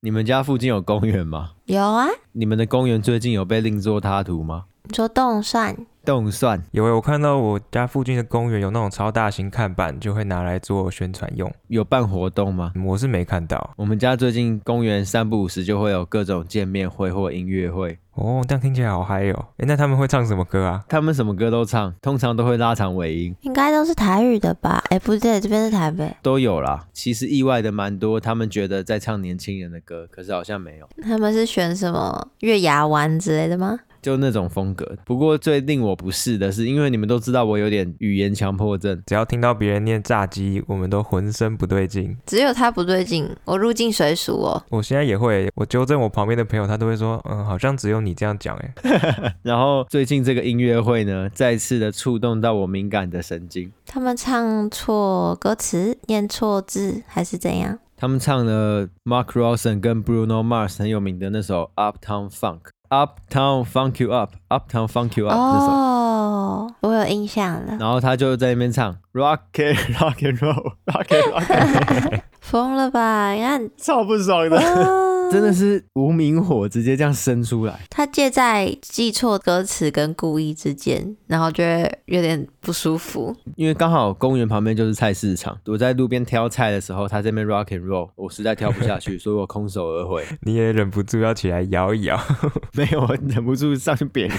你们家附近有公园吗？有啊，你们的公园最近有被另作他图吗？你说动算动算，有诶、欸我看到我家附近的公园有那种超大型看板，就会拿来做宣传用。有办活动吗？嗯我是没看到我们家最近公园三不五时就会有各种见面会或音乐会，哦，这样听起来好嗨哦。诶、那他们会唱什么歌啊？他们什么歌都唱，通常都会拉长尾音，应该都是台语的吧？哎、不对，这边是台北，都有啦。其实意外的蛮多，他们觉得在唱年轻人的歌，可是好像没有，他们是选什么月牙湾之类的吗？就那种风格。不过最令我不适的是，因为你们都知道我有点语言强迫症，只要听到别人念炸鸡，我们都浑身不对劲。只有他不对劲，我入境水俗哦。我现在也会，欸我纠正我旁边的朋友，他都会说，嗯，好像只有你这样讲欸诶。然后最近这个音乐会呢，再次的触动到我敏感的神经。他们唱错歌词，念错字，还是怎样？他们唱了 Mark Ronson 跟 Bruno Mars 很有名的那首 Uptown Funk。Uptown Funk You Up, Uptown Funk You Up 那首，哦，我有印象了，然后他就在那边唱 Rock and Rock and Roll, Rock and Rock，and Roll 疯了吧？你看，超不爽的，啊真的是无名火直接这样生出来。 他介在记错歌词跟故意之间，然后就会有点不舒服。因为刚好公园旁边就是菜市场，我在路边挑菜的时候，他这边 Rock and Roll，我实在挑不下去，所以我空手而回。你也忍不住要起来摇一摇。 没有，我忍不住上去扁人。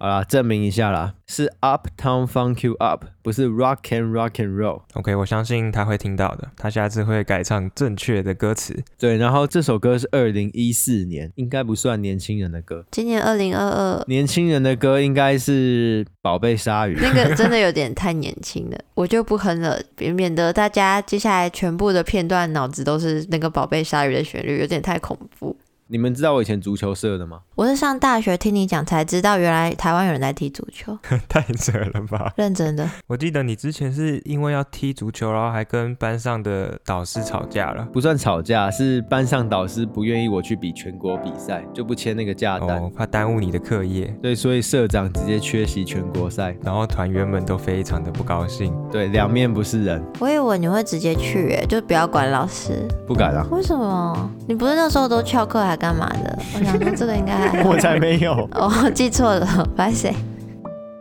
好啦，证明一下啦，是 Uptown Funk You Up，不是 Rock and Rock and Roll。 OK，我相信他会听到的，他下次会改唱正确的歌词。 对，然后这首歌是二零一四年，应该不算年轻人的歌。今年二零二二，年轻人的歌应该是《宝贝鲨 鱼》。那个真的有点太年轻了，我就不哼了，免免得大家接下来全部的片段脑子都是那个宝贝鲨鱼的旋律，有点太恐怖。你们知道我以前足球社的吗？我是上大学听你讲才知道，原来台湾有人在踢足球，太扯了吧！认真的。我记得你之前是因为要踢足球，然后还跟班上的导师吵架了。不算吵架，是班上导师不愿意我去比全国比赛，就不签那个假单。哦，怕耽误你的课业，对，所以社长直接缺席全国赛，然后团员们都非常的不高兴。对，两面不是人，我以为你会直接去、耶，就不要管老师。不敢 啊，为什么？你不是那时候都翘课还干嘛的？我想说这个应该还好 我才没有。哦，记错了，白谁？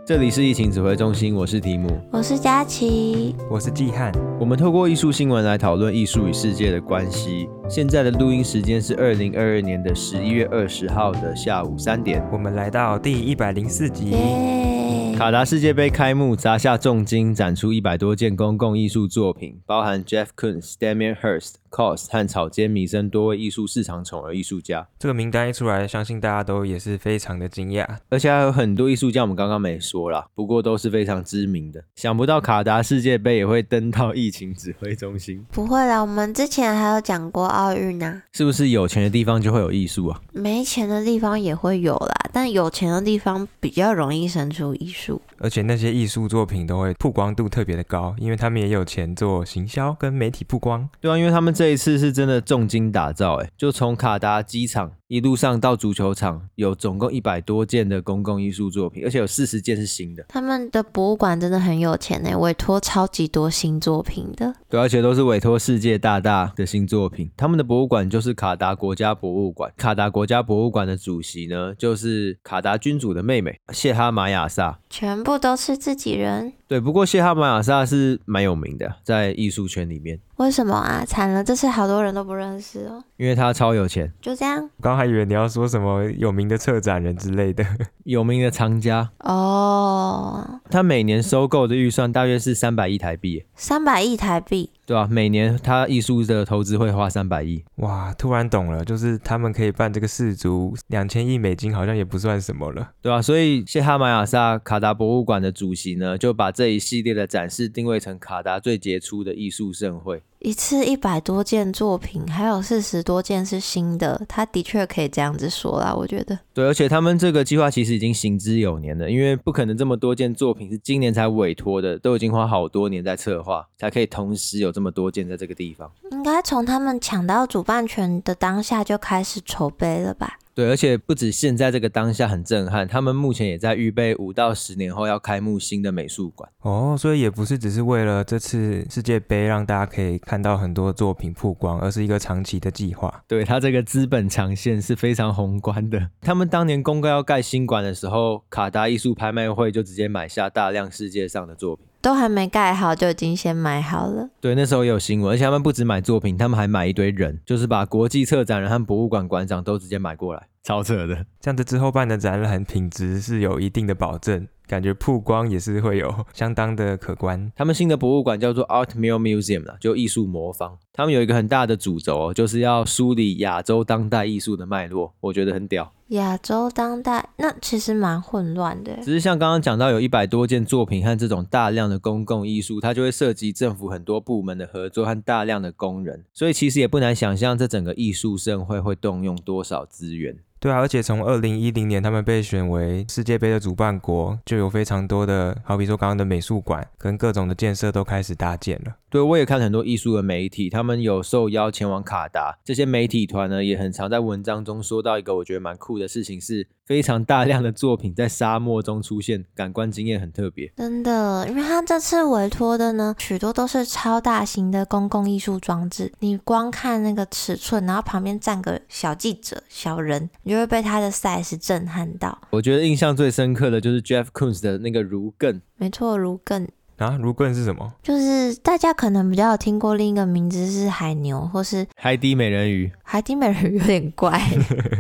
这里是疫情指挥中心，我是提姆。我是佳琪，我是季汉，我们透过艺术新闻来讨论艺术与世界的关系。现在的录音时间是二零二二年的十一月二十号的下午三点。我们来到第一百零四集。耶、卡达世界杯开幕，砸下重金展出一百多件公共艺术作品，包含 Jeff Koons、Damien Hirst、Cos 和草间弥生多位艺术市场宠儿艺术家，这个名单一出来，相信大家都也是非常的惊讶。而且还有很多艺术家我们刚刚没说啦，不过都是非常知名的。想不到卡达世界杯也会登到疫情指挥中心，不会啦，我们之前还有讲过奥运啊呢。是不是有钱的地方就会有艺术啊？没钱的地方也会有啦，但有钱的地方比较容易生出艺术。而且那些艺术作品都会曝光度特别的高，因为他们也有钱做行销跟媒体曝光。对啊，因为他们这一次是真的重金打造，哎，就从卡达机场一路上到足球场，有总共一百多件的公共艺术作品，而且有四十件是新的，他们的博物馆真的很有钱呢、委托超级多新作品的。对，啊而且都是委托世界大大的新作品。他们的博物馆就是卡达国家博物馆，卡达国家博物馆的主席呢，就是卡达君主的妹妹谢哈马雅萨。全部都是自己人，对，不过谢哈马雅萨是蛮有名的，在艺术圈里面，为什么啊？惨了，这次好多人都不认识哦。因为她超有钱，就这样我刚还以为你要说什么有名的策展人之类的，有名的藏家，哦，她每年收购的预算大约是三百亿台币耶。三百亿台币，对啊，每年他艺术的投资会花三百亿，哇，突然懂了，就是他们可以办这个世足，两千亿美金好像也不算什么了。对啊，所以谢哈马雅萨卡达博物馆的主席呢，就把这一系列的展示定位成卡达最杰出的艺术盛会。一次一百多件作品，还有四十多件是新的，他的确可以这样子说啦，我觉得。对，而且他们这个计划其实已经行之有年了，因为不可能这么多件作品是今年才委托的，都已经花好多年在策划，才可以同时有这么多件在这个地方。应该从他们抢到主办权的当下就开始筹备了吧？对，而且不止现在这个当下很震撼，他们目前也在预备五到十年后要开幕新的美术馆。哦，所以也不是只是为了这次世界杯让大家可以看到很多作品曝光，而是一个长期的计划。对他这个资本长线是非常宏观的。他们当年公告要盖新馆的时候，卡达艺术拍卖会就直接买下大量世界上的作品。都还没盖好就已经先买好了。对，那时候也有新闻，而且他们不止买作品，他们还买一堆人，就是把国际策展人和博物馆馆长都直接买过来，超扯的。这样子之后办的展览品质是有一定的保证，感觉曝光也是会有 相当的可观。他们新的博物馆叫做 Art Mill Museum 啦，就艺术魔方。他们有一个很大的主轴、哦，就是要梳理亚洲当代艺术的脉络，我觉得很屌。亚洲当代那其实蛮混乱的，只是像刚刚讲到，有一百多件作品和这种大量的公共艺术，它就会涉及政府很多部门的合作和大量的工人，所以其实也不难想象，这整个艺术盛会会动用多少资源。对啊，而且从二零一零年他们被选为世界杯的主办国，就有非常多的，好比说刚刚的美术馆跟各种的建设都开始搭建了。对，我也看很多艺术的媒体，他们有受邀前往卡达。这些媒体团呢，也很常在文章中说到一个我觉得蛮酷的事情是，非常大量的作品在沙漠中出现，感官经验很特别。真的，因为他这次委托的呢，许多都是超大型的公共艺术装置，你光看那个尺寸，然后旁边站个小记者、小人，你就会被他的 size 震撼到。我觉得印象最深刻的就是 Jeff Koons 的那个如更，没错，如更啊，如棍是什么？就是大家可能比较有听过另一个名字是海牛，或是海底美人鱼，海底美人鱼，有点怪，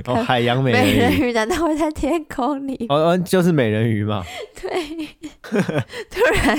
哦，海洋 美美人人鱼，鱼难道会在天空里？哦哦，就是美人鱼嘛。 对，突然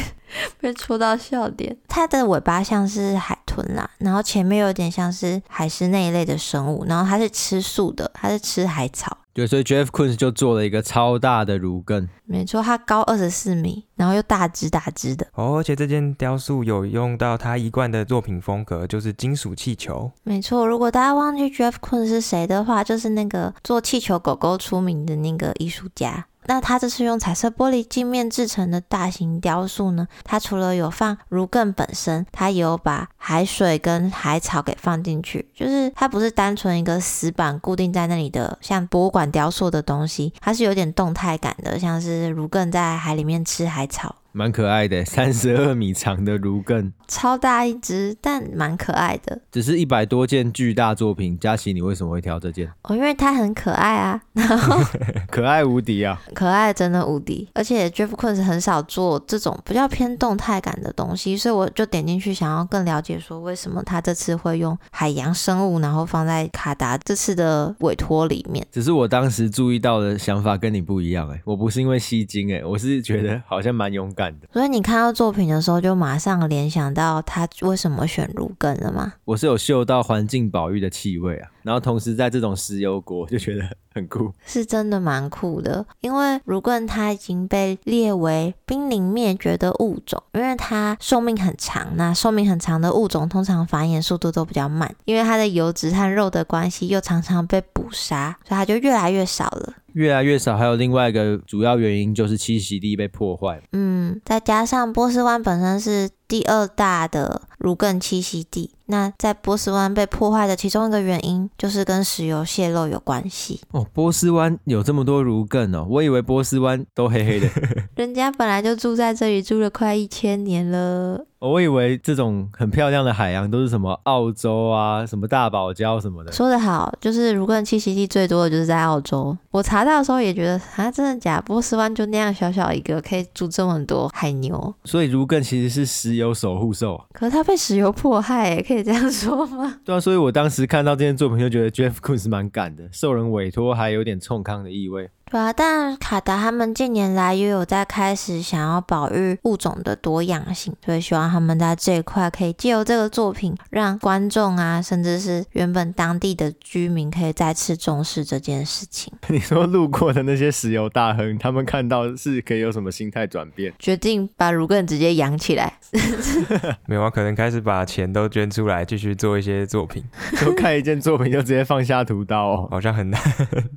被戳到笑点。它的尾巴像是海豚啦，然后前面有点像是海狮那一类的生物，然后它是吃素的，它是吃海草。 对，所以 Jeff Koons 就做了一个超大的如更，没错，它高二十四米，然后又大只大只的。哦，而且这件雕塑有用到他一贯的作品风格，就是金属气球。没错，如果大家忘记 Jeff Koons 是谁的话，就是那个做气球狗狗出名的那个艺术家。那他这次用彩色玻璃镜面制成的大型雕塑呢，它除了有放如更本身，它也有把海水跟海草给放进去，就是它不是单纯一个死板固定在那里的像博物馆雕塑的东西，它是有点动态感的，像是如更在海里面吃海草，蛮可爱的， 三十二米长的如更，超大一只，但蛮可爱的。只是一百多件巨大作品。佳琪，你为什么会挑这件？哦，因为它很可爱啊，然后 可爱无敌啊！可爱真的无敌，而且 Jeff Koons 很少做这种比较偏动态感的东西，所以我就点进去想要更了解说为什么他这次会用海洋生物，然后放在卡达这次的委托里面。只是我当时注意到的想法跟你不一样哎、我不是因为吸睛哎、我是觉得好像蛮勇敢的。所以你看到作品的时候，就马上联想到他为什么选芦根了吗？我是有嗅到环境保育的气味啊，然后同时在这种石油国就觉得很酷。是真的蛮酷的，因为如棍它已经被列为濒临灭绝的物种，因为它寿命很长。那寿命很长的物种通常繁衍速度都比较慢，因为它的油脂和肉的关系，又常常被捕杀，所以它就越来越少了。越来越少，还有另外一个主要原因就是栖息地被破坏。嗯，再加上波斯湾本身是第二大的如艮栖息地，那在波斯湾被破坏的其中一个原因就是跟石油泄漏有关系。哦，波斯湾有这么多如更哦，我以为波斯湾都黑黑的，人家本来就住在这里，住了快一千年了。哦我以为这种很漂亮的海洋都是什么澳洲啊、什么大堡礁什么的。说得好，就是如根栖息地最多的就是在澳洲。我查到的时候也觉得啊，真的假？波斯湾就那样小小一个，可以住这么多海牛，所以如更其实是石油守护兽啊。可是它被石油迫害，可以这样说吗？对啊，所以我当时看到这件作品就觉得 Jeff Koons 蛮敢的，受人委托还有点冲康的意味。 对啊，但卡达他们近年来也有在开始想要保育物种的多样性，所以希望他们在这一块可以借由这个作品，让观众啊，甚至是原本当地的居民，可以再次重视这件事情。你说路过的那些石油大亨，他们看到是可以有什么心态转变？决定把如根直接养起来，没有啊，可能开始把钱都捐出来，继续做一些作品，就看一件作品就直接放下屠刀哦。 好像 很难，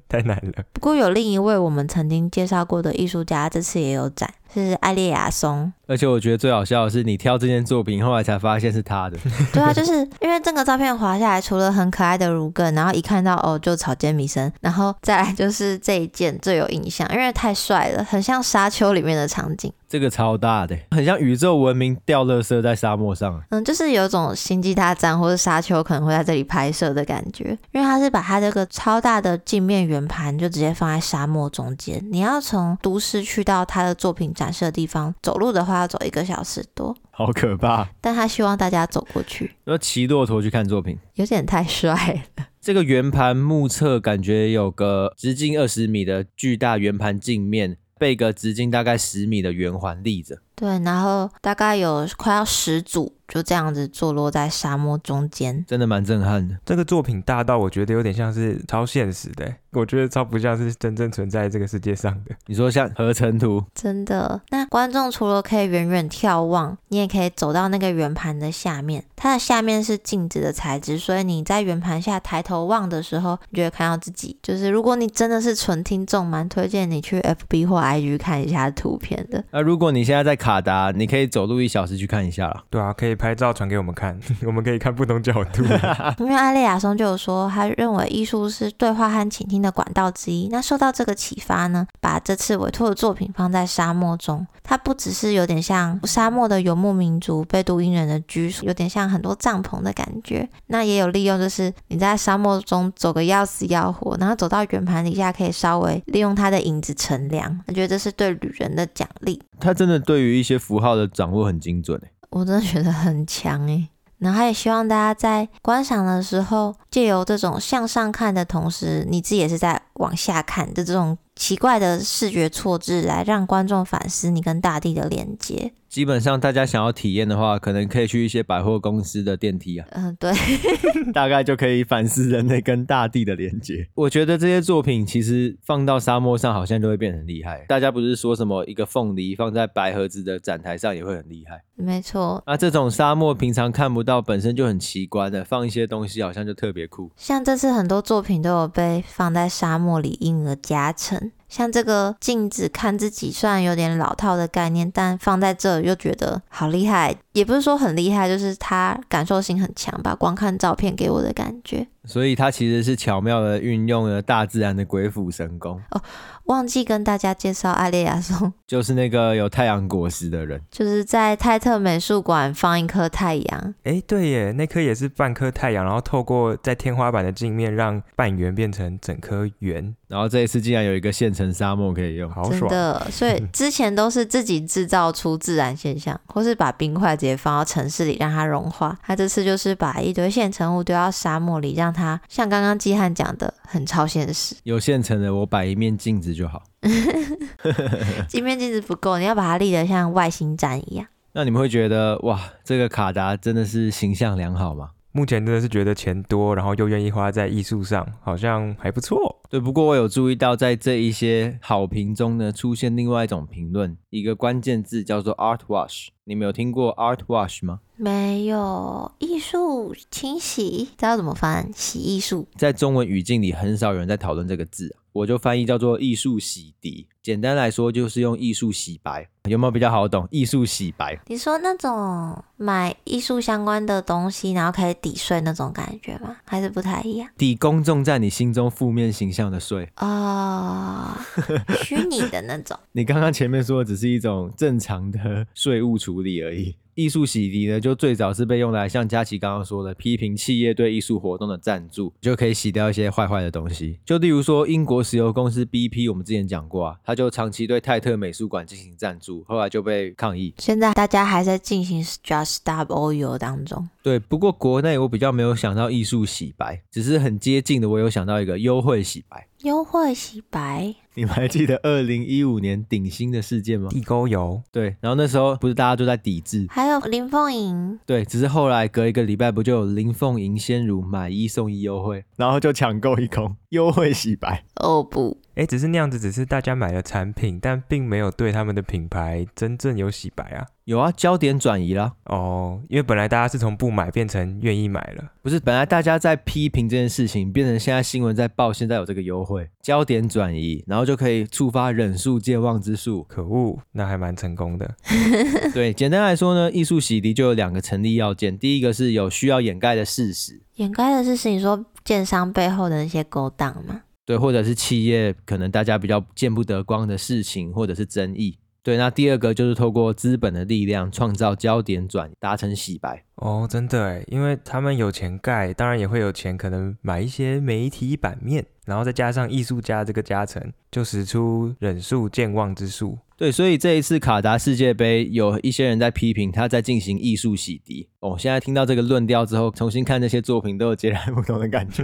太难了。不过有另一位我们曾经介绍过的艺术家，这次也有展，是艾列亚松。 而且我觉得最好笑的是，你挑这件作品，后来才发现是他的。对啊，就是因为这个照片滑下来，除了很可爱的如根，然后一看到哦就草间弥生，然后再来就是这一件最有印象，因为太帅了，很像沙丘里面的场景。这个超大的，很像宇宙文明掉垃圾在沙漠上。嗯，就是有种星际大战或者沙丘可能会在这里拍摄的感觉，因为它是把它这个超大的镜面圆盘就直接放在沙漠中间。你要从都市去到他的作品展示的地方，走路的话要走一个小时多，好可怕！但他希望大家走过去，要骑骆驼去看作品。有点太帅了。这个圆盘目测感觉有个直径二十米的巨大圆盘镜面，被一个直径大概十米的圆环立着。对，然后大概有快要十组就这样子坐落在沙漠中间。真的蛮震撼的。这个作品大到我觉得有点像是超现实的欸，我觉得超不像是真正存在这个世界上的。你说像合成图，真的，那观众除了可以远远眺望，你也可以走到那个圆盘的下面。它的下面是镜子的材质，所以你在圆盘下抬头望的时候，你就会看到自己。就是如果你真的是纯听众，蛮推荐你去 FB 或 IG 看一下图片的。那、如果你现在在卡达，你可以走路一小时去看一下啦。对啊，可以拍照传给我们看， 我们可以看不同角度。因为艾丽亚松就有说，他认为艺术是对话和倾听的管道之一。那受到这个启发呢，把这次委托的作品放在沙漠中，它不只是有点像沙漠的游牧民族、贝都因人的居所，有点像很多帐篷的感觉。那也有利用，就是你在沙漠中走个要死要活，然后走到圆盘底下，可以稍微利用它的影子乘凉。我觉得这是对旅人的奖励。他真的对于一些符号的掌握很精准、欸、我真的觉得很强诶、然后也希望大家在观赏的时候，借由这种向上看的同时，你自己也是在往下看的这种奇怪的视觉错置，来让观众反思你跟大地的连接。，基本上大家想要体验的话，可能可以去一些百货公司的电梯啊嗯、对，大概就可以反思人类跟大地的连接。我觉得这些作品其实放到沙漠上好像就会变得很厉害。大家不是说什么一个凤梨放在白盒子的展台上也会很厉害？没错。那这种沙漠平常看不到，本身就很奇观的，放一些东西好像就特别酷。像这次很多作品都有被放在沙漠里因而加成，像这个镜子看自己，虽然有点老套的概念，但放在这又觉得好厉害，也不是说很厉害，就是它感受性很强吧。光看照片给我的感觉，所以它其实是巧妙的运用了大自然的鬼斧神工，忘记跟大家介绍艾列亚松， 就是那个有太阳果实的人。就是在泰特美术馆放一颗太阳，哎，对耶，那颗也是半颗太阳，然后透过在天花板的镜面让半圆变成整颗圆，然后这一次竟然有一个现成沙漠可以用，好真爽。的。所以之前都是自己制造出自然现象，或是把冰块直接放到城市里让它融化。他这次就是把一堆现成物丢到沙漠里，让它像刚刚季汉讲的，很超现实。 有现成的，我摆一面镜子就好。镜面镜子不够，你要把它立得像外星站一样。那你们会觉得哇，这个卡达真的是形象良好吗？目前真的是觉得钱多，然后又愿意花在艺术上，好像还不错。对，不过我有注意到，在这一些好评中呢，出现另外一种评论，一个关键字叫做 art wash。你们有听过 art wash 吗？没有艺术清洗，知道怎么翻？洗艺术。在中文语境里，很少有人在讨论这个字啊，我就翻译叫做艺术洗涤。简单来说，就是用艺术洗白。有没有比较好懂？艺术洗白。你说那种买艺术相关的东西，然后可以抵税那种感觉吗？还是不太一样？抵公众在你心中负面形象的税。哦，虚拟的那种，你刚刚前面说的只是一种正常的税务处理而已。艺术洗涤呢，就最早是被用来像佳琪刚刚说的，批评企业对艺术活动的赞助，就可以洗掉一些坏坏的东西。就例如说，英国石油公司 BP，我们之前讲过啊，它就长期对泰特美术馆进行赞助，后来就被抗议。现在大家还在进行 Just Stop Oil 当中。对，不过国内我比较没有想到艺术洗白，只是很接近的，我有想到一个优惠洗白。优惠洗白，你们还记得二零一五年顶新的事件吗？地沟油，对，然后那时候不是大家都在抵制，还有林凤营，对，只是后来隔一个礼拜，不就有林凤营鲜乳买一送一优惠，然后就抢购一空。优惠洗白。哦不，哎，只是那样子，只是大家买了产品，但并没有对他们的品牌真正有洗白啊。有啊，焦点转移啦。哦，因为本来大家是从不买变成愿意买了，。不是，本来大家在批评这件事情，变成现在新闻在报，现在有这个优惠，焦点转移，然后就可以触发忍术健忘之术 可恶，那还蛮成功的。对，简单来说呢，艺术洗涤就有两个成立要件，第一个是有需要掩盖的事实， 掩盖的是你说建商背后的那些勾当嘛？对，或者是企业可能大家比较见不得光的事情或者是争议。对，那第二个就是透过资本的力量创造焦点转移，达成洗白。哦，真的哎，因为他们有钱盖，当然也会有钱，可能买一些媒体版面，然后再加上艺术家这个加成，就使出忍术健忘之术。对，所以这一次卡达世界杯，有一些人在批评他在进行艺术洗涤。哦，现在听到这个论调之后，重新看这些作品都有截然不同的感觉。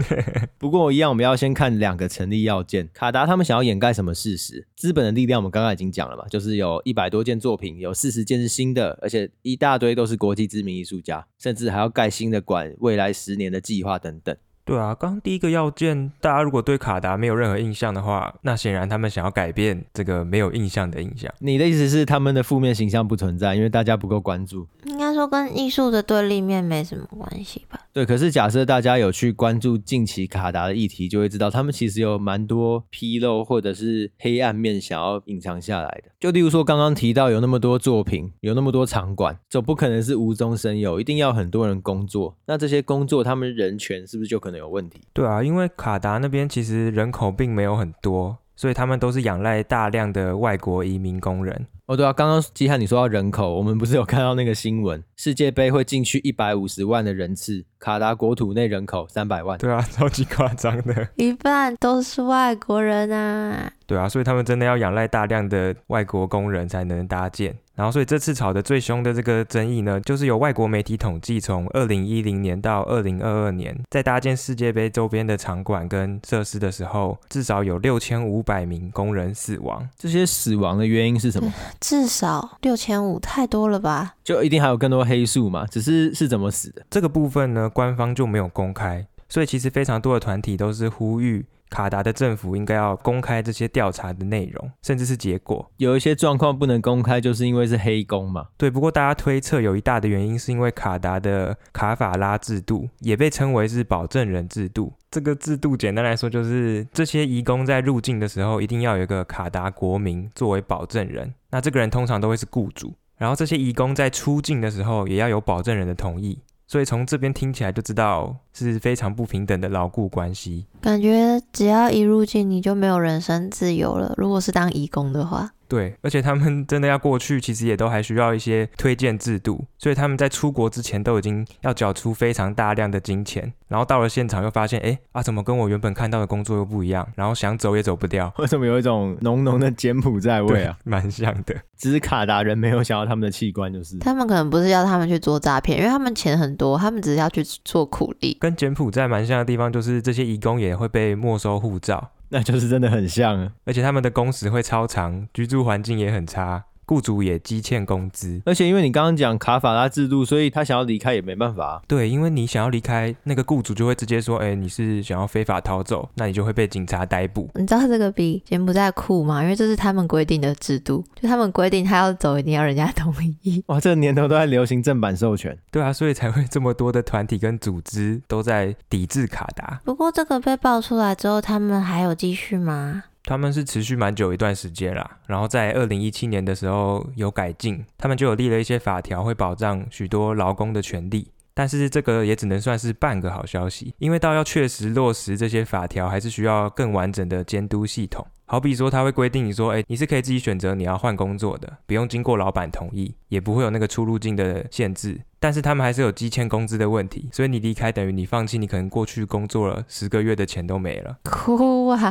不过一样，我们要先看两个成立要件。卡达他们想要掩盖什么事实？资本的力量，我们刚刚已经讲了嘛，就是有一百多件作品，有四十件是新的，而且一大堆都是国际知名艺术家，甚至还要盖新的馆，未来十年的计划等等。对啊，刚刚第一个要件，大家如果对卡达没有任何印象的话，那显然他们想要改变这个没有印象的印象。你的意思是他们的负面形象不存在，因为大家不够关注？应该说跟艺术的对立面没什么关系吧？对，可是假设大家有去关注近期卡达的议题，就会知道他们其实有蛮多纰漏或者是黑暗面想要隐藏下来的。就例如说刚刚提到有那么多作品，有那么多场馆，总不可能是无中生有，一定要很多人工作。那这些工作，他们人权是不是就可能有问题？对啊，因为卡达那边其实人口并没有很多，所以他们都是仰赖大量的外国移民工人。 哦，对啊，刚刚基汉你说到人口，我们不是有看到那个新闻，世界杯会进去一百五十万的人次，卡达国土内人口三百万。对啊，超级夸张的。一半都是外国人啊！对啊，所以他们真的要仰赖大量的外国工人才能搭建。然后，所以这次吵得最凶的这个争议呢，就是有外国媒体统计，从二零一零年到二零二二年，在搭建世界杯周边的场馆跟设施的时候，至少有六千五百名工人死亡。这些死亡的原因是什么？至少六千五，太多了吧？就一定还有更多黑数嘛？只是是怎么死的？这个部分呢，官方就没有公开，所以其实非常多的团体都是呼吁卡达的政府应该要公开这些调查的内容，甚至是结果。有一些状况不能公开，就是因为是黑工嘛。对，不过大家推测有一大的原因是因为卡达的卡法拉制度，也被称为是保证人制度。这个制度简单来说就是，这些移工在入境的时候一定要有一个卡达国民作为保证人，那这个人通常都会是雇主。然后这些移工在出境的时候也要有保证人的同意，所以从这边听起来就知道是非常不平等的牢固关系。感觉只要一入境你就没有人身自由了。如果是当义工的话，对，而且他们 真的要过去，其实也都还需要一些推荐制度，所以他们在出国之前都已经要缴出非常大量的金钱，然后到了现场又发现，哎啊，怎么跟我原本看到的工作又不一样？然后想走也走不掉， 为什么有一种浓浓的柬埔寨味啊？，蛮像的。只是卡达人没有想要他们的器官，就是他们可能不是要他们去做诈骗，因为他们钱很多，他们只是要去做苦力。跟柬埔寨蛮像的地方就是这些移工也会被没收护照， 那就是真的很像啊。而且他们的工时会超长，居住环境也很差，雇主也积欠工资。而且因为你刚刚讲卡法拉制度，所以他想要离开也没办法啊、对，因为你想要离开，那个雇主就会直接说，哎，你是想要非法逃走，那你就会被警察逮捕。你知道这个比柬埔寨酷吗？因为这是他们规定的制度，就他们规定他要走一定要人家同意。哇，这个年头都在流行正版授权，对啊，所以才会这么多的团体跟组织都在抵制卡达。不过这个被爆出来之后，他们还有继续吗？他们是持续蛮久一段时间啦，然后在二零一七年的时候有改进，他们就有立了一些法条，会保障许多劳工的权利。但是这个也只能算是半个好消息，因为到要确实落实这些法条，还是需要更完整的监督系统。好比说，他会规定你说，哎，你是可以自己选择你要换工作的，不用经过老板同意，也不会有那个出入境的限制。但是他们还是有积欠工资的问题，所以你离开等于你放弃你可能过去工作了十个月的钱都没了。哭啊！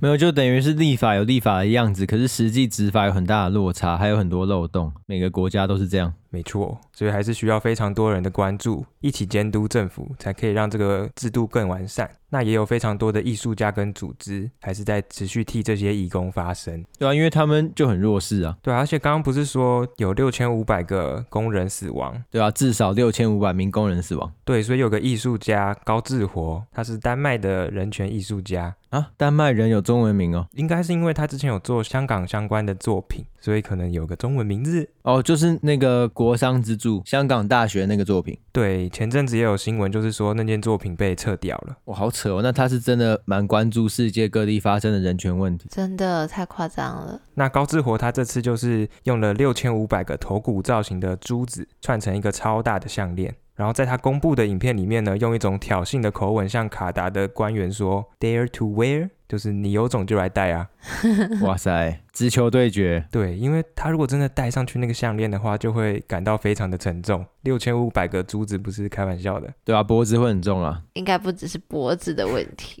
没有就等于是立法有立法的样子，可是实际执法有很大的落差，还有很多漏洞，每个国家都是这样。没错，所以还是需要非常多人的关注，一起监督政府，才可以让这个制度更完善。那也有非常多的艺术家跟组织还是在持续替这些义工发声。对啊，因为他们就很弱势啊，对啊、而且刚刚不是说有六千五百个工人死亡？对啊，至少六千五百名工人死亡对，所以有个艺术家高志活，他是丹麦的人权艺术家，啊。丹麦人有中文名哦，应该是因为他之前有做香港相关的作品，所以可能有个中文名字。哦，就是那个国殇之柱，香港大学那个作品。对，前阵子也有新闻，就是说那件作品被撤掉了。哇，好扯哦！那他是真的蛮关注世界各地发生的人权 问题。真的太夸张了。那高志活他这次就是用了六千五百个头骨造型的珠子串成一个超大的项链，然后在他公布的影片里面呢，用一种挑衅的口吻向卡达的官员说 “Dare to wear”，就是你有种就来戴啊。哇塞，直球对决，对，因为他如果真的戴上去那个项链的话，就会感到非常的沉重。六千五百个珠子不是开玩笑的。对啊，脖子会很重啊。应该不只是脖子的问 题，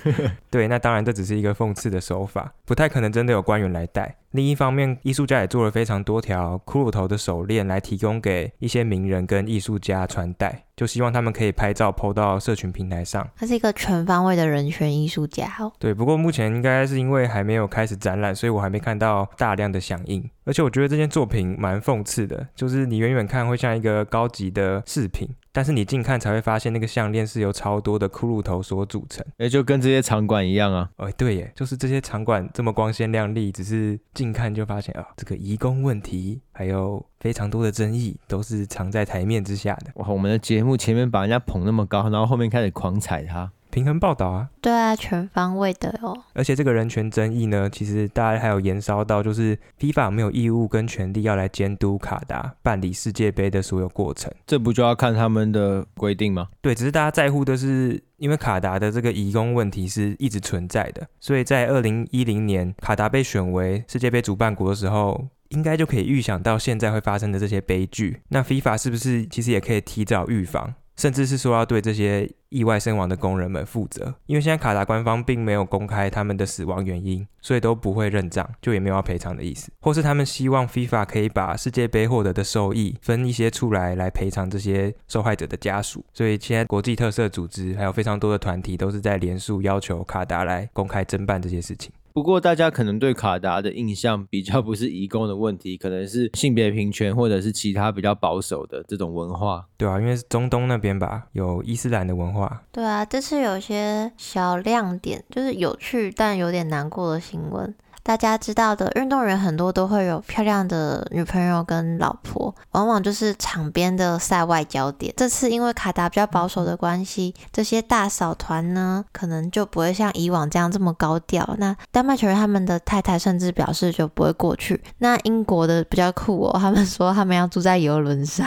对，那当然这只是一个讽刺的手法，不太可能真的有官员来戴。另一方面，艺术家也做了非常多条骷髅头的手链来提供给一些名人跟艺术家穿戴，就希望他们可以拍照 PO 到社群平台上。他是一个全方位的人权艺术家哦。对，不过目前应该是因为还没有开始展览，所以我还没看到大量的响应。而且我觉得这件作品蛮讽刺的，就是你远远看会像一个高级的饰品，但是你近看才会发现那个项链是由超多的骷髅头所组成。哎，就跟这些场馆一样啊。哎，对耶，就是这些场馆这么光鲜亮丽，只是近看就发现啊，这个移工问题还有非常多的争议，都是藏在台面之下的。哇，我们的节目前面把人家捧那么高，然后后面开始狂踩他。平衡报道啊，对啊，全方位的哦。而且这个人权争议呢，其实大家还有延烧到，就是 FIFA 有没有义务跟权利要来监督卡达办理世界杯的所有过程。这不就要看他们的规定吗？对，只是大家在乎的是，因为卡达的这个移工问题是一直存在的，所以在二零一零年卡达被选为世界杯主办国的时候。应该就可以预想到现在会发生的这些悲剧。那 FIFA 是不是其实也可以提早预防，甚至是说要对这些意外身亡的工人们负责？因为现在卡达官方并没有公开他们的死亡原因，所以都不会认账，就也没有要赔偿的意思。或是他们希望 FIFA 可以把世界杯获得的收益分一些出来，来赔偿这些受害者的家属。所以现在国际特色组织还有非常多的团体都是在联署要求卡达来公开侦办这些事情。不过大家可能对卡达的印象比较不是移工的问题，可能是性别平权或者是其他比较保守的这种文化。对啊，因为是中东那边吧，有伊斯兰的文化，对啊，这次有些小亮点，就是有趣但有点难过的新闻。大家知道的，运动员很多都会有漂亮的女朋友跟老婆，往往就是场边的赛外焦点。这次因为卡达比较保守的关系，这些大嫂团呢，可能就不会像以往这样这么高调。那丹麦球员他们的太太甚至表示就不会过去。那英国的比较酷哦，他们说他们要住在游轮上。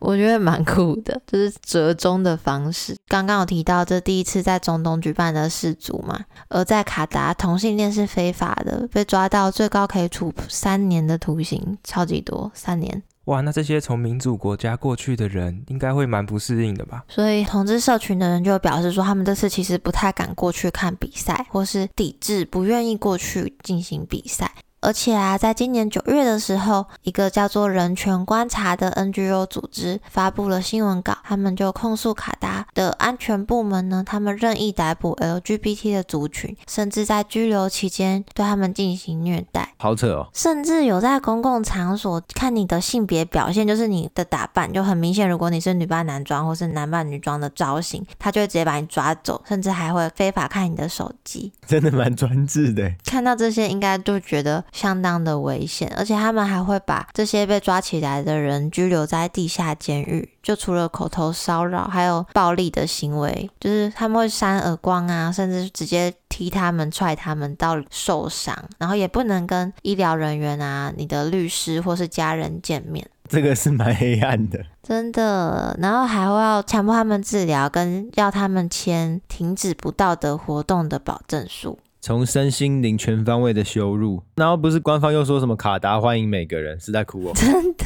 我觉得蛮酷的，就是折中的方式。刚刚有提到，这第一次在中东举办的世足嘛，而在卡达，同性恋是非法的，被抓到最高可以处三年的徒刑，超级多，三年。哇，那这些从民主国家过去的人，应该会蛮不适应的吧？所以同志社群的人就表示说，他们这次其实不太敢过去看比赛，或是抵制，不愿意过去进行比赛。而且啊，在今年九月的时候，一个叫做“人权观察”的 NGO 组织发布了新闻稿，他们就控诉卡达的安全部门呢，他们任意逮捕 LGBT 的族群，甚至在拘留期间对他们进行虐待。好扯哦！甚至有在公共场所看你的性别表现，就是你的打扮就很明显。如果你是女扮男装或是男扮女装的造型，他就会直接把你抓走，甚至还会非法看你的手机。真的蛮专制的。欸看到这些，应该就觉得相当的危险，而且他们还会把这些被抓起来的人拘留在地下监狱。就除了口头骚扰，还有暴力的行为，就是他们会扇耳光啊，甚至直接踢他们、踹他们到受伤，然后也不能跟医疗人员啊、你的律师或是家人见面。这个是蛮黑暗的。真的，然后还会要强迫他们治疗，跟要他们签停止不道德活动的保证书。从身心灵全方位的羞辱，然后不是官方又说什么卡达欢迎每个人，是在哭 哦。 真的，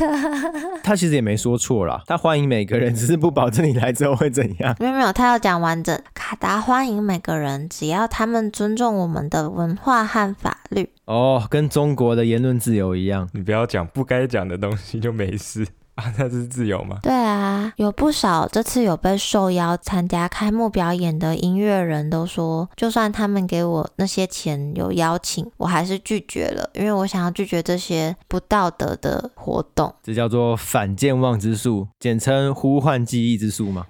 他其实也没说错啦，他欢迎每个人，只是不保证你来之后会怎 样。没有没有，他要讲完整。卡达欢迎每个人，只要他们尊重我们的文化和法律。哦，跟中国的言论自由一样。你不要讲不该讲的东西就没事。 啊，那是自由吗？对啊，有不少这次有被受邀参加开幕表演的音乐人都说，就算他们给我那些钱有邀请，我还是拒绝了，因为我想要拒绝这些不道德的活动。这叫做反健忘之术，简称呼唤记忆之术嘛。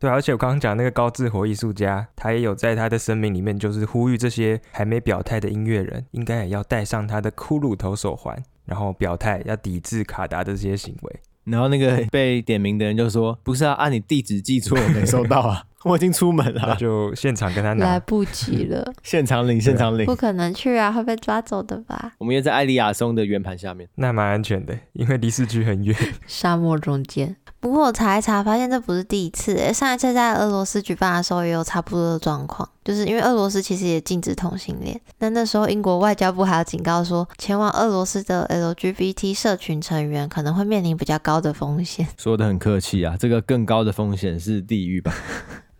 对啊，而且我刚刚讲那个高志活艺术家，他也有在他的声明里面，就是呼吁这些还没表态的音乐人，应该也要戴上他的骷髅头手环，然后表态要抵制卡达的这些行 为。然后那个被点名的人就说：“不是啊，按、你地址寄错，我没收到 啊，我已经出门了那啊，就现场跟他 来拿，不及了， 现场领，现场领不。可能去啊，会被抓走的吧”？我们约在艾利亚松的圆盘下面。那蛮安全的，因为离市区很远。沙漠中间。不过我查一查，发现这不是第一次诶。上一次在俄罗斯举办的时候也有差不多的状况，就是因为俄罗斯其实也禁止同性恋，那那时候英国外交部还有警告说，前往俄罗斯的 LGBT 社群成员可能会面临比较高的风险。 说的很客气啊，这个更高的风险是地狱吧？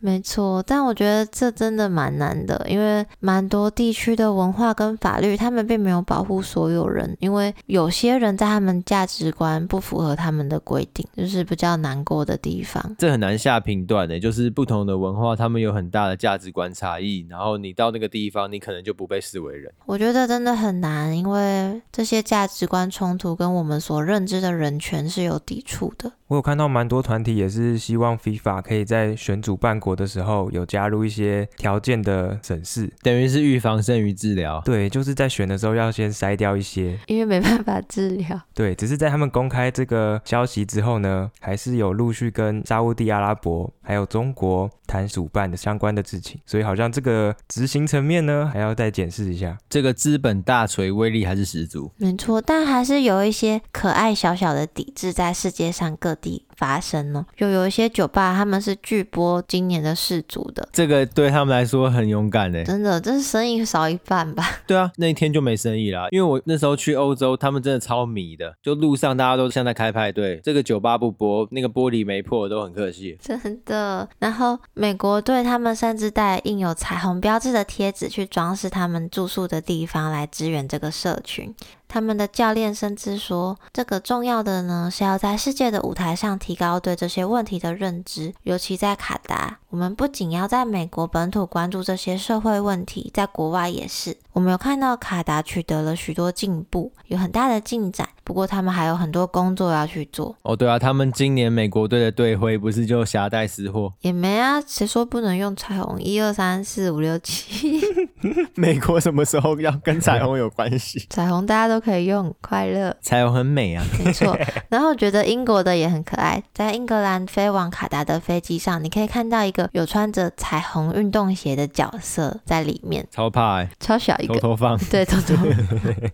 没错，但我觉得这真的蛮难的，因为蛮多地区的文化跟法律，他们并没有保护所有人，因为有些人在他们价值观不符合他们的规定，就是比较难过的地方。这很难下评断的，就是不同的文化，他们有很大的价值观差异，然后你到那个地方，你可能就不被视为人。我觉得真的很难，因为这些价值观冲突跟我们所认知的人权是有抵触的。 我有看到蛮多团体也是希望 FIFA 可以在选主办国的时候有加入一些条件的审视，等于是预防胜于治疗。对，就是在选的时候要先筛掉一些，因为没办法治疗，对，只是在他们公开这个消息之后呢，还是有陆续跟沙乌地阿拉伯还有中国谈主办的相关的事情，所以好像这个执行层面呢，还要再检视一下。这个资本大锤威力还是十足。没错，但还是有一些可爱小小的抵制在世界上各地发生呢。就有一些酒吧，他们是拒播今年的世足的，这个对他们来说很勇敢嘞。真的，这是生意少一半吧？对啊，那一天就没生意啦，因为我那时候去欧洲，他们真的超迷的，就路上大家都像在开派对，这个酒吧不播，那个玻璃没破都很客气。真的。然后美国对他们甚至带印有彩虹标志的贴纸去装饰他们住宿的地方，来支援这个社群。他们的教练甚至说，这个重要的呢是要在世界的舞台上提高对这些问题的认知，尤其在卡达，我们不仅要在美国本土关注这些社会问题，在国外也是。我们有看到卡达取得了许多进步，有很大的进展，不过他们还有很多工作要去做。哦，对啊，他们今年美国队的队徽不是就夹带私货？也没啊，谁说不能用彩虹？一二三四五六七， 美国什么时候要跟彩虹有关系？彩虹大家都可以用，快乐， 彩虹很美啊，没错。然后我觉得英国的也很可爱，在英格兰飞往卡达的飞机上，你可以看到一个有穿着彩虹运动鞋的角色在里面，超怕哎、超小一偷个。偷放。对，偷偷，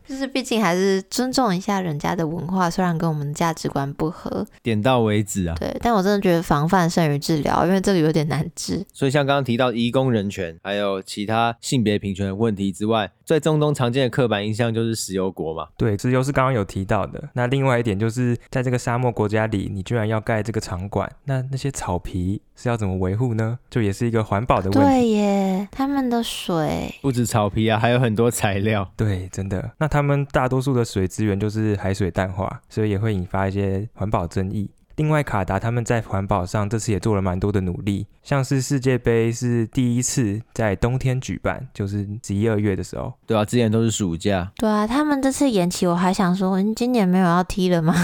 就是毕竟还是尊重一下人家的文化，虽然跟我们的价值观不合，点到为止啊。对，但我真的觉得防范胜于治疗，因为这个有点难治。所以像刚刚提到移工人权，还有其他性别平权的问题之外，在中东常见的刻板印象就是石油国嘛。对，这又是刚刚有提到的。那另外一点就是，在这个沙漠国家里，你居然要盖这个场馆，那那些草皮是要怎么维护呢？就也是一个环保的问题。对耶，他们的水不止草皮啊，还有很多材料。对，真的。那他们大多数的水资源就是海水淡化，所以也会引发一些环保争议。另外，卡达他们在环保上这次也做了蛮多的努力，像是世界杯是第一次在冬天举办，就是十一二月的时候。对啊，之前都是暑假，对啊，他们这次延期，我还想说，嗯，今年没有要踢 了吗？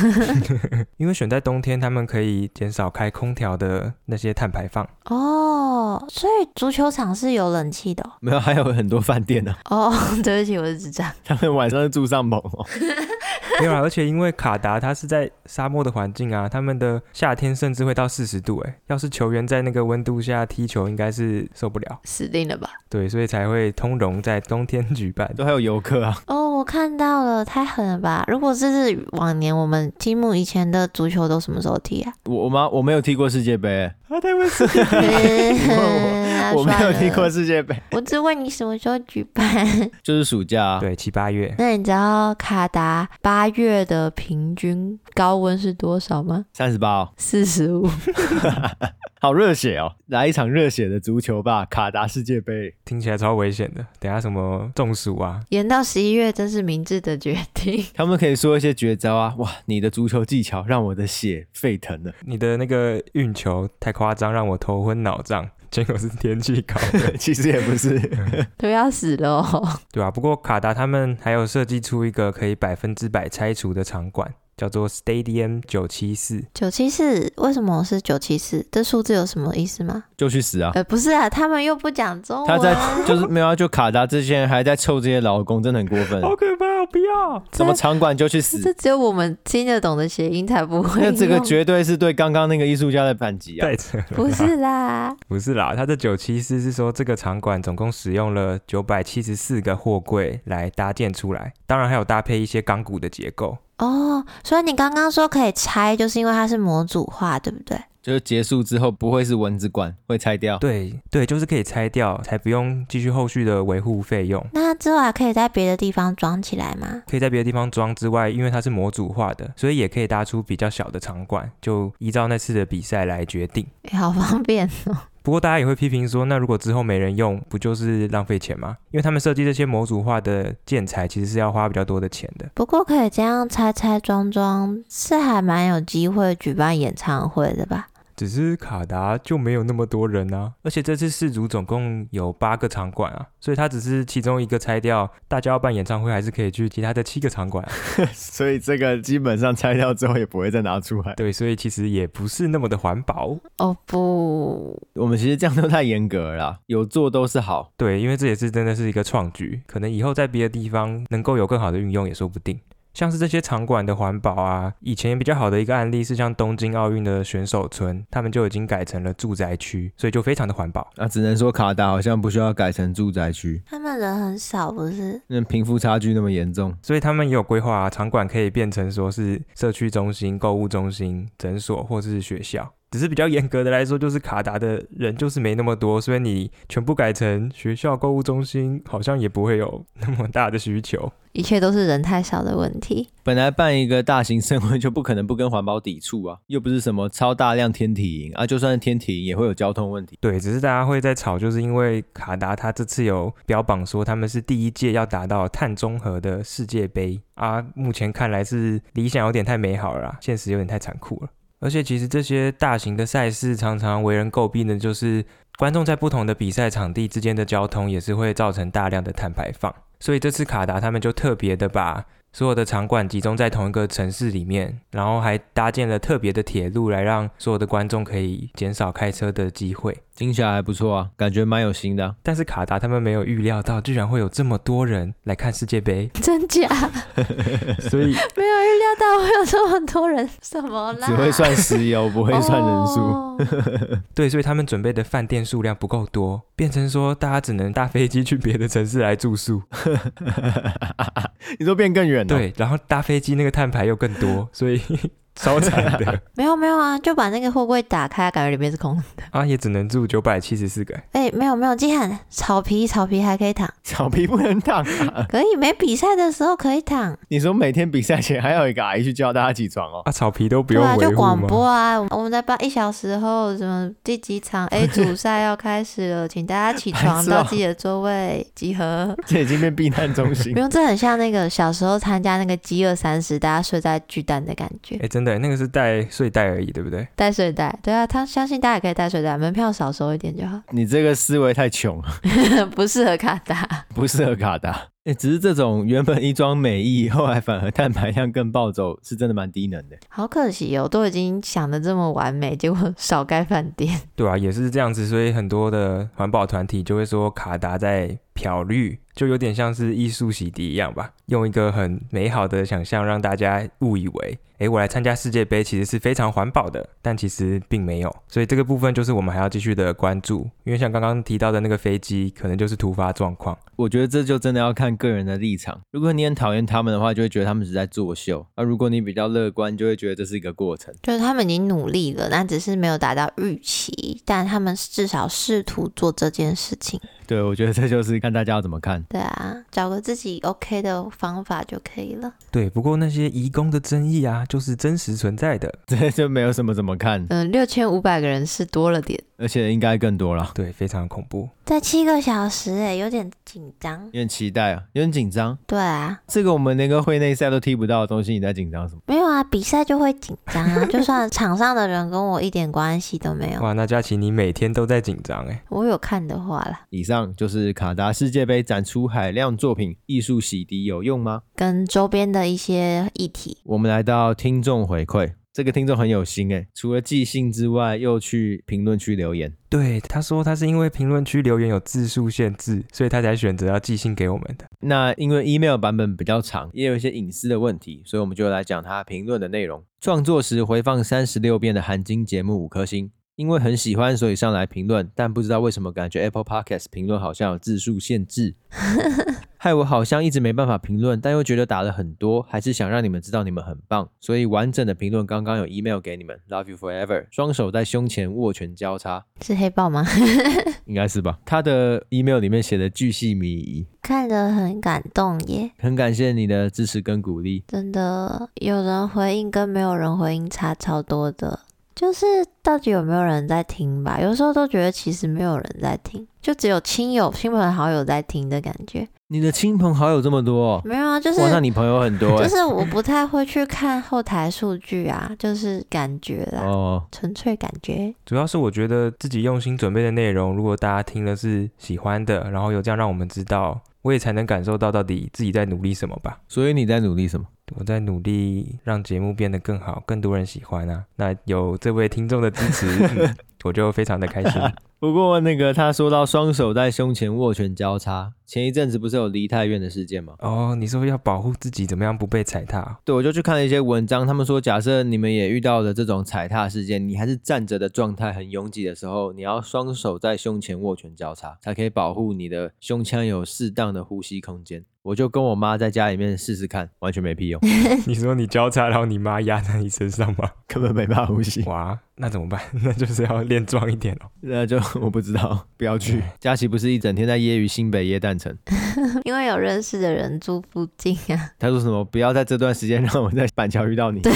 因为选在冬天，他们可以减少开空调的那些碳排放。哦，所以足球场是有冷气的没有，还有很多饭店呢、啊， 哦。 哦对不起，我是智障。他们晚上是住帐篷 哦。没有啊，而且因为卡达它是在沙漠的环境啊，他们的夏天甚至会到四十度，诶，要是球员在那个温度下踢球，应该是受不了。死定了吧？对，所以才会通融在冬天 举办。都还有游客啊，哦，我看到了，太狠了吧！如果这是往年我们积木以前的足球都什么时候踢 啊？我我妈我没有踢过世界杯欸、啊，太危险！嗯我没有踢，哎啊算过了世界杯，我只问你什么时候举办。就是暑假、啊。对，七八月那你知道卡达八月的平均高温是多少吗？三十八，四十五。好热血哦！来一场热血的足球吧，卡达世界杯。听起来超危险的。等一下什么中暑啊？延到十一月真是明智的决定。他们可以说一些绝招啊！哇，你的足球技巧让我的血沸腾了。，你的那个运球太夸张，让我头昏脑胀， 结果是天气搞的 其实也不是，都要死了、哦，对吧、啊不过卡达他们还有设计出一个可以百分之百拆除的场馆，叫做 Stadium 九七四。 九七四为什么是九七四？这数字有什么意思吗？ 就去死啊！呃，不是啊，他们又不讲中文。他在 就是没有啊，就卡达这些人还在臭这些劳工，真的很过 分。嗯可怕，我不 要！什么场馆就去 这死，只有我们听得懂的谐音才不会那用。这个绝对是对刚刚那个艺术家的反击啊！太扯了。不是啦，不是啦，他这九七四是说这个场馆总共使用了九百七十四个货柜来搭建出来，当然还有搭配一些钢骨的结构。 哦，所以你刚刚说可以拆，就是因为它是模组化，对不对？就是结束之后不会是蚊子馆，会拆掉。对对，就是可以拆掉，才不用继续后续的维护费用。那之后还可以在别的地方装起来吗？可以在别的地方装之外，因为它是模组化的，所以也可以搭出比较小的场馆，就依照那次的比赛来决定。诶 好方便哦。不过大家也会批评说，那如果之后没人用，不就是浪费钱吗？因为他们设计这些模组化的建材，其实是要花比较多的钱 的。不过可以这样拆拆装装，是还蛮有机会举办演唱会的吧？只是卡达就没有那么多人啊，而且这次世足总共有八个场馆啊，所以它只是其中一个拆掉，大家要办演唱会还是可以去其他的七个场馆啊、所以这个基本上拆掉之后也不会再拿出来。对，所以其实也不是那么的环保。哦不，我们其实这样都太严格了啦，有做都是好。对，因为这也是真的是一个创举，可能以后在别的地方能够有更好的运用也说不定。像是这些场馆的环保啊，以前比较好的一个案例是像东京奥运的选手村，他们就已经改成了住宅区，所以就非常的环保。那、只能说卡达好像不需要改成住宅区，他们人很少，不是？那贫富差距那么严重。所以他们也有规划、啊，场馆可以变成说是社区中心、购物中心、诊所或是学校。只是比较严格的来说，就是卡达的人就是没那么多，所以你全部改成学校、购物中心，好像也不会有那么大的需求。一切都是人太少的问题。，本来办一个大型盛会就不可能不跟环保抵触啊，又不是什么超大量天体营啊，就算是天体营也会有交通问题。对，只是大家会在吵，就是因为卡达他这次有标榜说他们是第一届要达到碳中和的世界杯啊，目前看来是理想有点太美好了啦，现实有点太残酷了。而且其实这些大型的赛事常常为人诟病的就是观众在不同的比赛场地之间的交通也是会造成大量的碳排放，所以这次卡达他们就特别的把所有的场馆集中在同一个城市里面，然后还搭建了特别的铁路来让所有的观众可以减少开车的机会。听起来还不错啊，感觉蛮有心的啊、但是卡达他们没有预料到，居然会有这么多人来看世界杯 真假？所以没有预料到会有这么多人，什么啦？只会算石油，不会算人数。哦对，所以他们准备的饭店数量不够多，变成说大家只能搭飞机去别的城市来住宿。你说变更远了、对，然后搭飞机那个碳排又更多，所以 超惨 的没有没有啊，就把那个货柜打开，感觉里面是空的。啊，也只能住九百七十四个。哎、没有没有，季汉草皮草皮还可以躺，草皮不能躺啊！ 可以没比赛的时候可以躺。你说每天比赛前还有一个阿姨去叫大家起床哦，啊，草皮都不对用啊，维就护广吗？播啊，我们在报一小时后，什么第几场 A 组赛要开始了，请大家起白床痴哦到自己的座位集合。这已经变避难中心 没。有，这很像那个小时候参加那个饥饿三十，大家睡在巨蛋的感觉，哎，真的，那个是带睡袋而已，对不对？带睡袋。对啊，他相信大家也可以带睡袋，门票少收一点就好，你这个思维太穷了， 不适合卡达。不适合卡达。哎、只是这种原本一装美意，后来反而蛋白量更暴走，是真的蛮低能的。好可惜哦，都已经想的这么完美，结果少盖饭店。对啊，也是这样子，所以很多的环保团体就会说卡达在漂绿，就有点像是艺术洗涤一样吧，用一个很美好的想象让大家误以为，诶，我来参加世界杯其实是非常环保的，但其实并没有。所以这个部分就是我们还要继续的关注，因为像刚刚提到的那个飞机，可能就是突发状况。我觉得这就真的要看个人的立场。如果你很讨厌他们的话，就会觉得他们是在作秀；那、如果你比较乐观，就会觉得这是一个过程。 就是他们已经努力了，那只是没有达到预期，但他们至少试图做这件事情。对，我觉得这就是看大家要怎么看。 对啊，找个自己 OK 的方法就可以了。对，不过那些移工的争议啊，就是真实存在的。这就没有什么怎么看，嗯，六千五百个人是多了点，而且应该更多了。对，非常恐怖。在七个小时哎、有点紧张。有点期待啊，有点紧张。对啊，这个我们连个会内赛都踢不到的东西，你在紧张什么？没有啊，比赛就会紧张啊，就算场上的人跟我一点关系都没有，哇，那佳琪你每天都在紧张哎。我有看的话啦，以上就是卡达世界杯展出海量作品，艺术洗涤有用吗？跟周边的一些议题， 我们来到听众回馈，这个听众很有心诶，除了寄信之外，又去评论区留言。对，他说他是因为评论区留言有字数限制，所以他才选择要寄信给我们的。那因为 email 版本比较长，也有一些隐私的问题，所以我们就来讲他评论的内容。创作时回放三十六遍的韩金节目五颗星，因为很喜欢，所以上来评论，但不知道为什么感觉 Apple Podcast 评论好像有字数限制，害我好像一直没办法评论，但又觉得打了很多，还是想让你们知道你们很棒，所以完整的评论刚刚有 email 给你们，Love you forever，双手在胸前握拳交叉，是黑豹吗？ 应该是吧？他的 email 里面写的巨细靡遗，看得很感动耶，很感谢你的支持跟鼓励。真的，有人回应跟没有人回应差超多的，就是到底有没有人在听吧？有时候都觉得其实没有人在听，就只有亲友、亲朋好友在听的感觉。你的亲朋好友这么多、哦，没有啊，就是哇，那你朋友很多哎、 就是我不太会去看后台数据啊，就是感觉啦，哦，纯粹感觉。 主要是我觉得自己用心准备的内容，如果大家听了是喜欢的，然后有这样让我们知道，我也才能感受到到底自己在努力什么吧。所以你在努力什么？我在努力让节目变得更好，更多人喜欢啊。那有这位听众的支持，嗯我就非常的开心。不过那个他说到双手在胸前握拳交叉，前一阵子不是有离太远的事件吗？哦，你说要保护自己，怎么样不被踩踏？啊对，我就去看了一些文章，他们说，假设你们也遇到了这种踩踏事件，你还是站着的状态很拥挤的时候，你要双手在胸前握拳交叉，才可以保护你的胸腔有适当的呼吸空间。我就跟我妈在家里面试试看，完全没 屁用， 你说你交叉，然后你妈压在你身上吗？根本没办法呼吸。哇，那怎么办？ 那就是要练壮一点哦。那就 我不知道，不要去。哎佳琪不是一整天在揶揄新北耶诞城，因为有认识的人住附近 啊，他说什么不要在这段时间让我在板桥遇到你，对，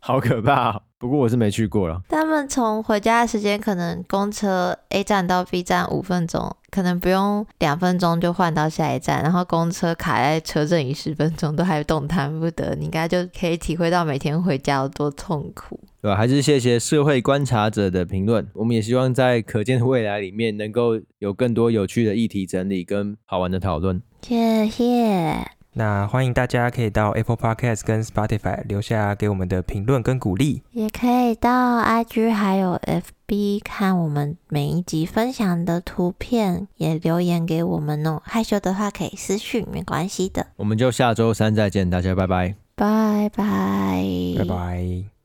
好可怕、哦。不过我是没去过了，他们从回家的时间可能公车 A 站到 B 站五分钟，可能不用两分钟就换到下一站，然后公车卡在车阵里十分钟都还动弹不得，你应该就可以体会到每天回家有多痛苦。对吧？还是谢谢社会观察者的评论，我们也希望在可见的未来里面能够有更多有趣的议题整理跟好玩的讨论。谢谢。那欢迎大家可以到 Apple Podcast 跟 Spotify 留下给我们的评论跟鼓励。也可以到 IG 还有 FB 看我们每一集分享的图片，也留言给我们哦。害羞的话可以私讯，没关系的。我们就下周三再见，大家拜拜。拜拜，拜拜。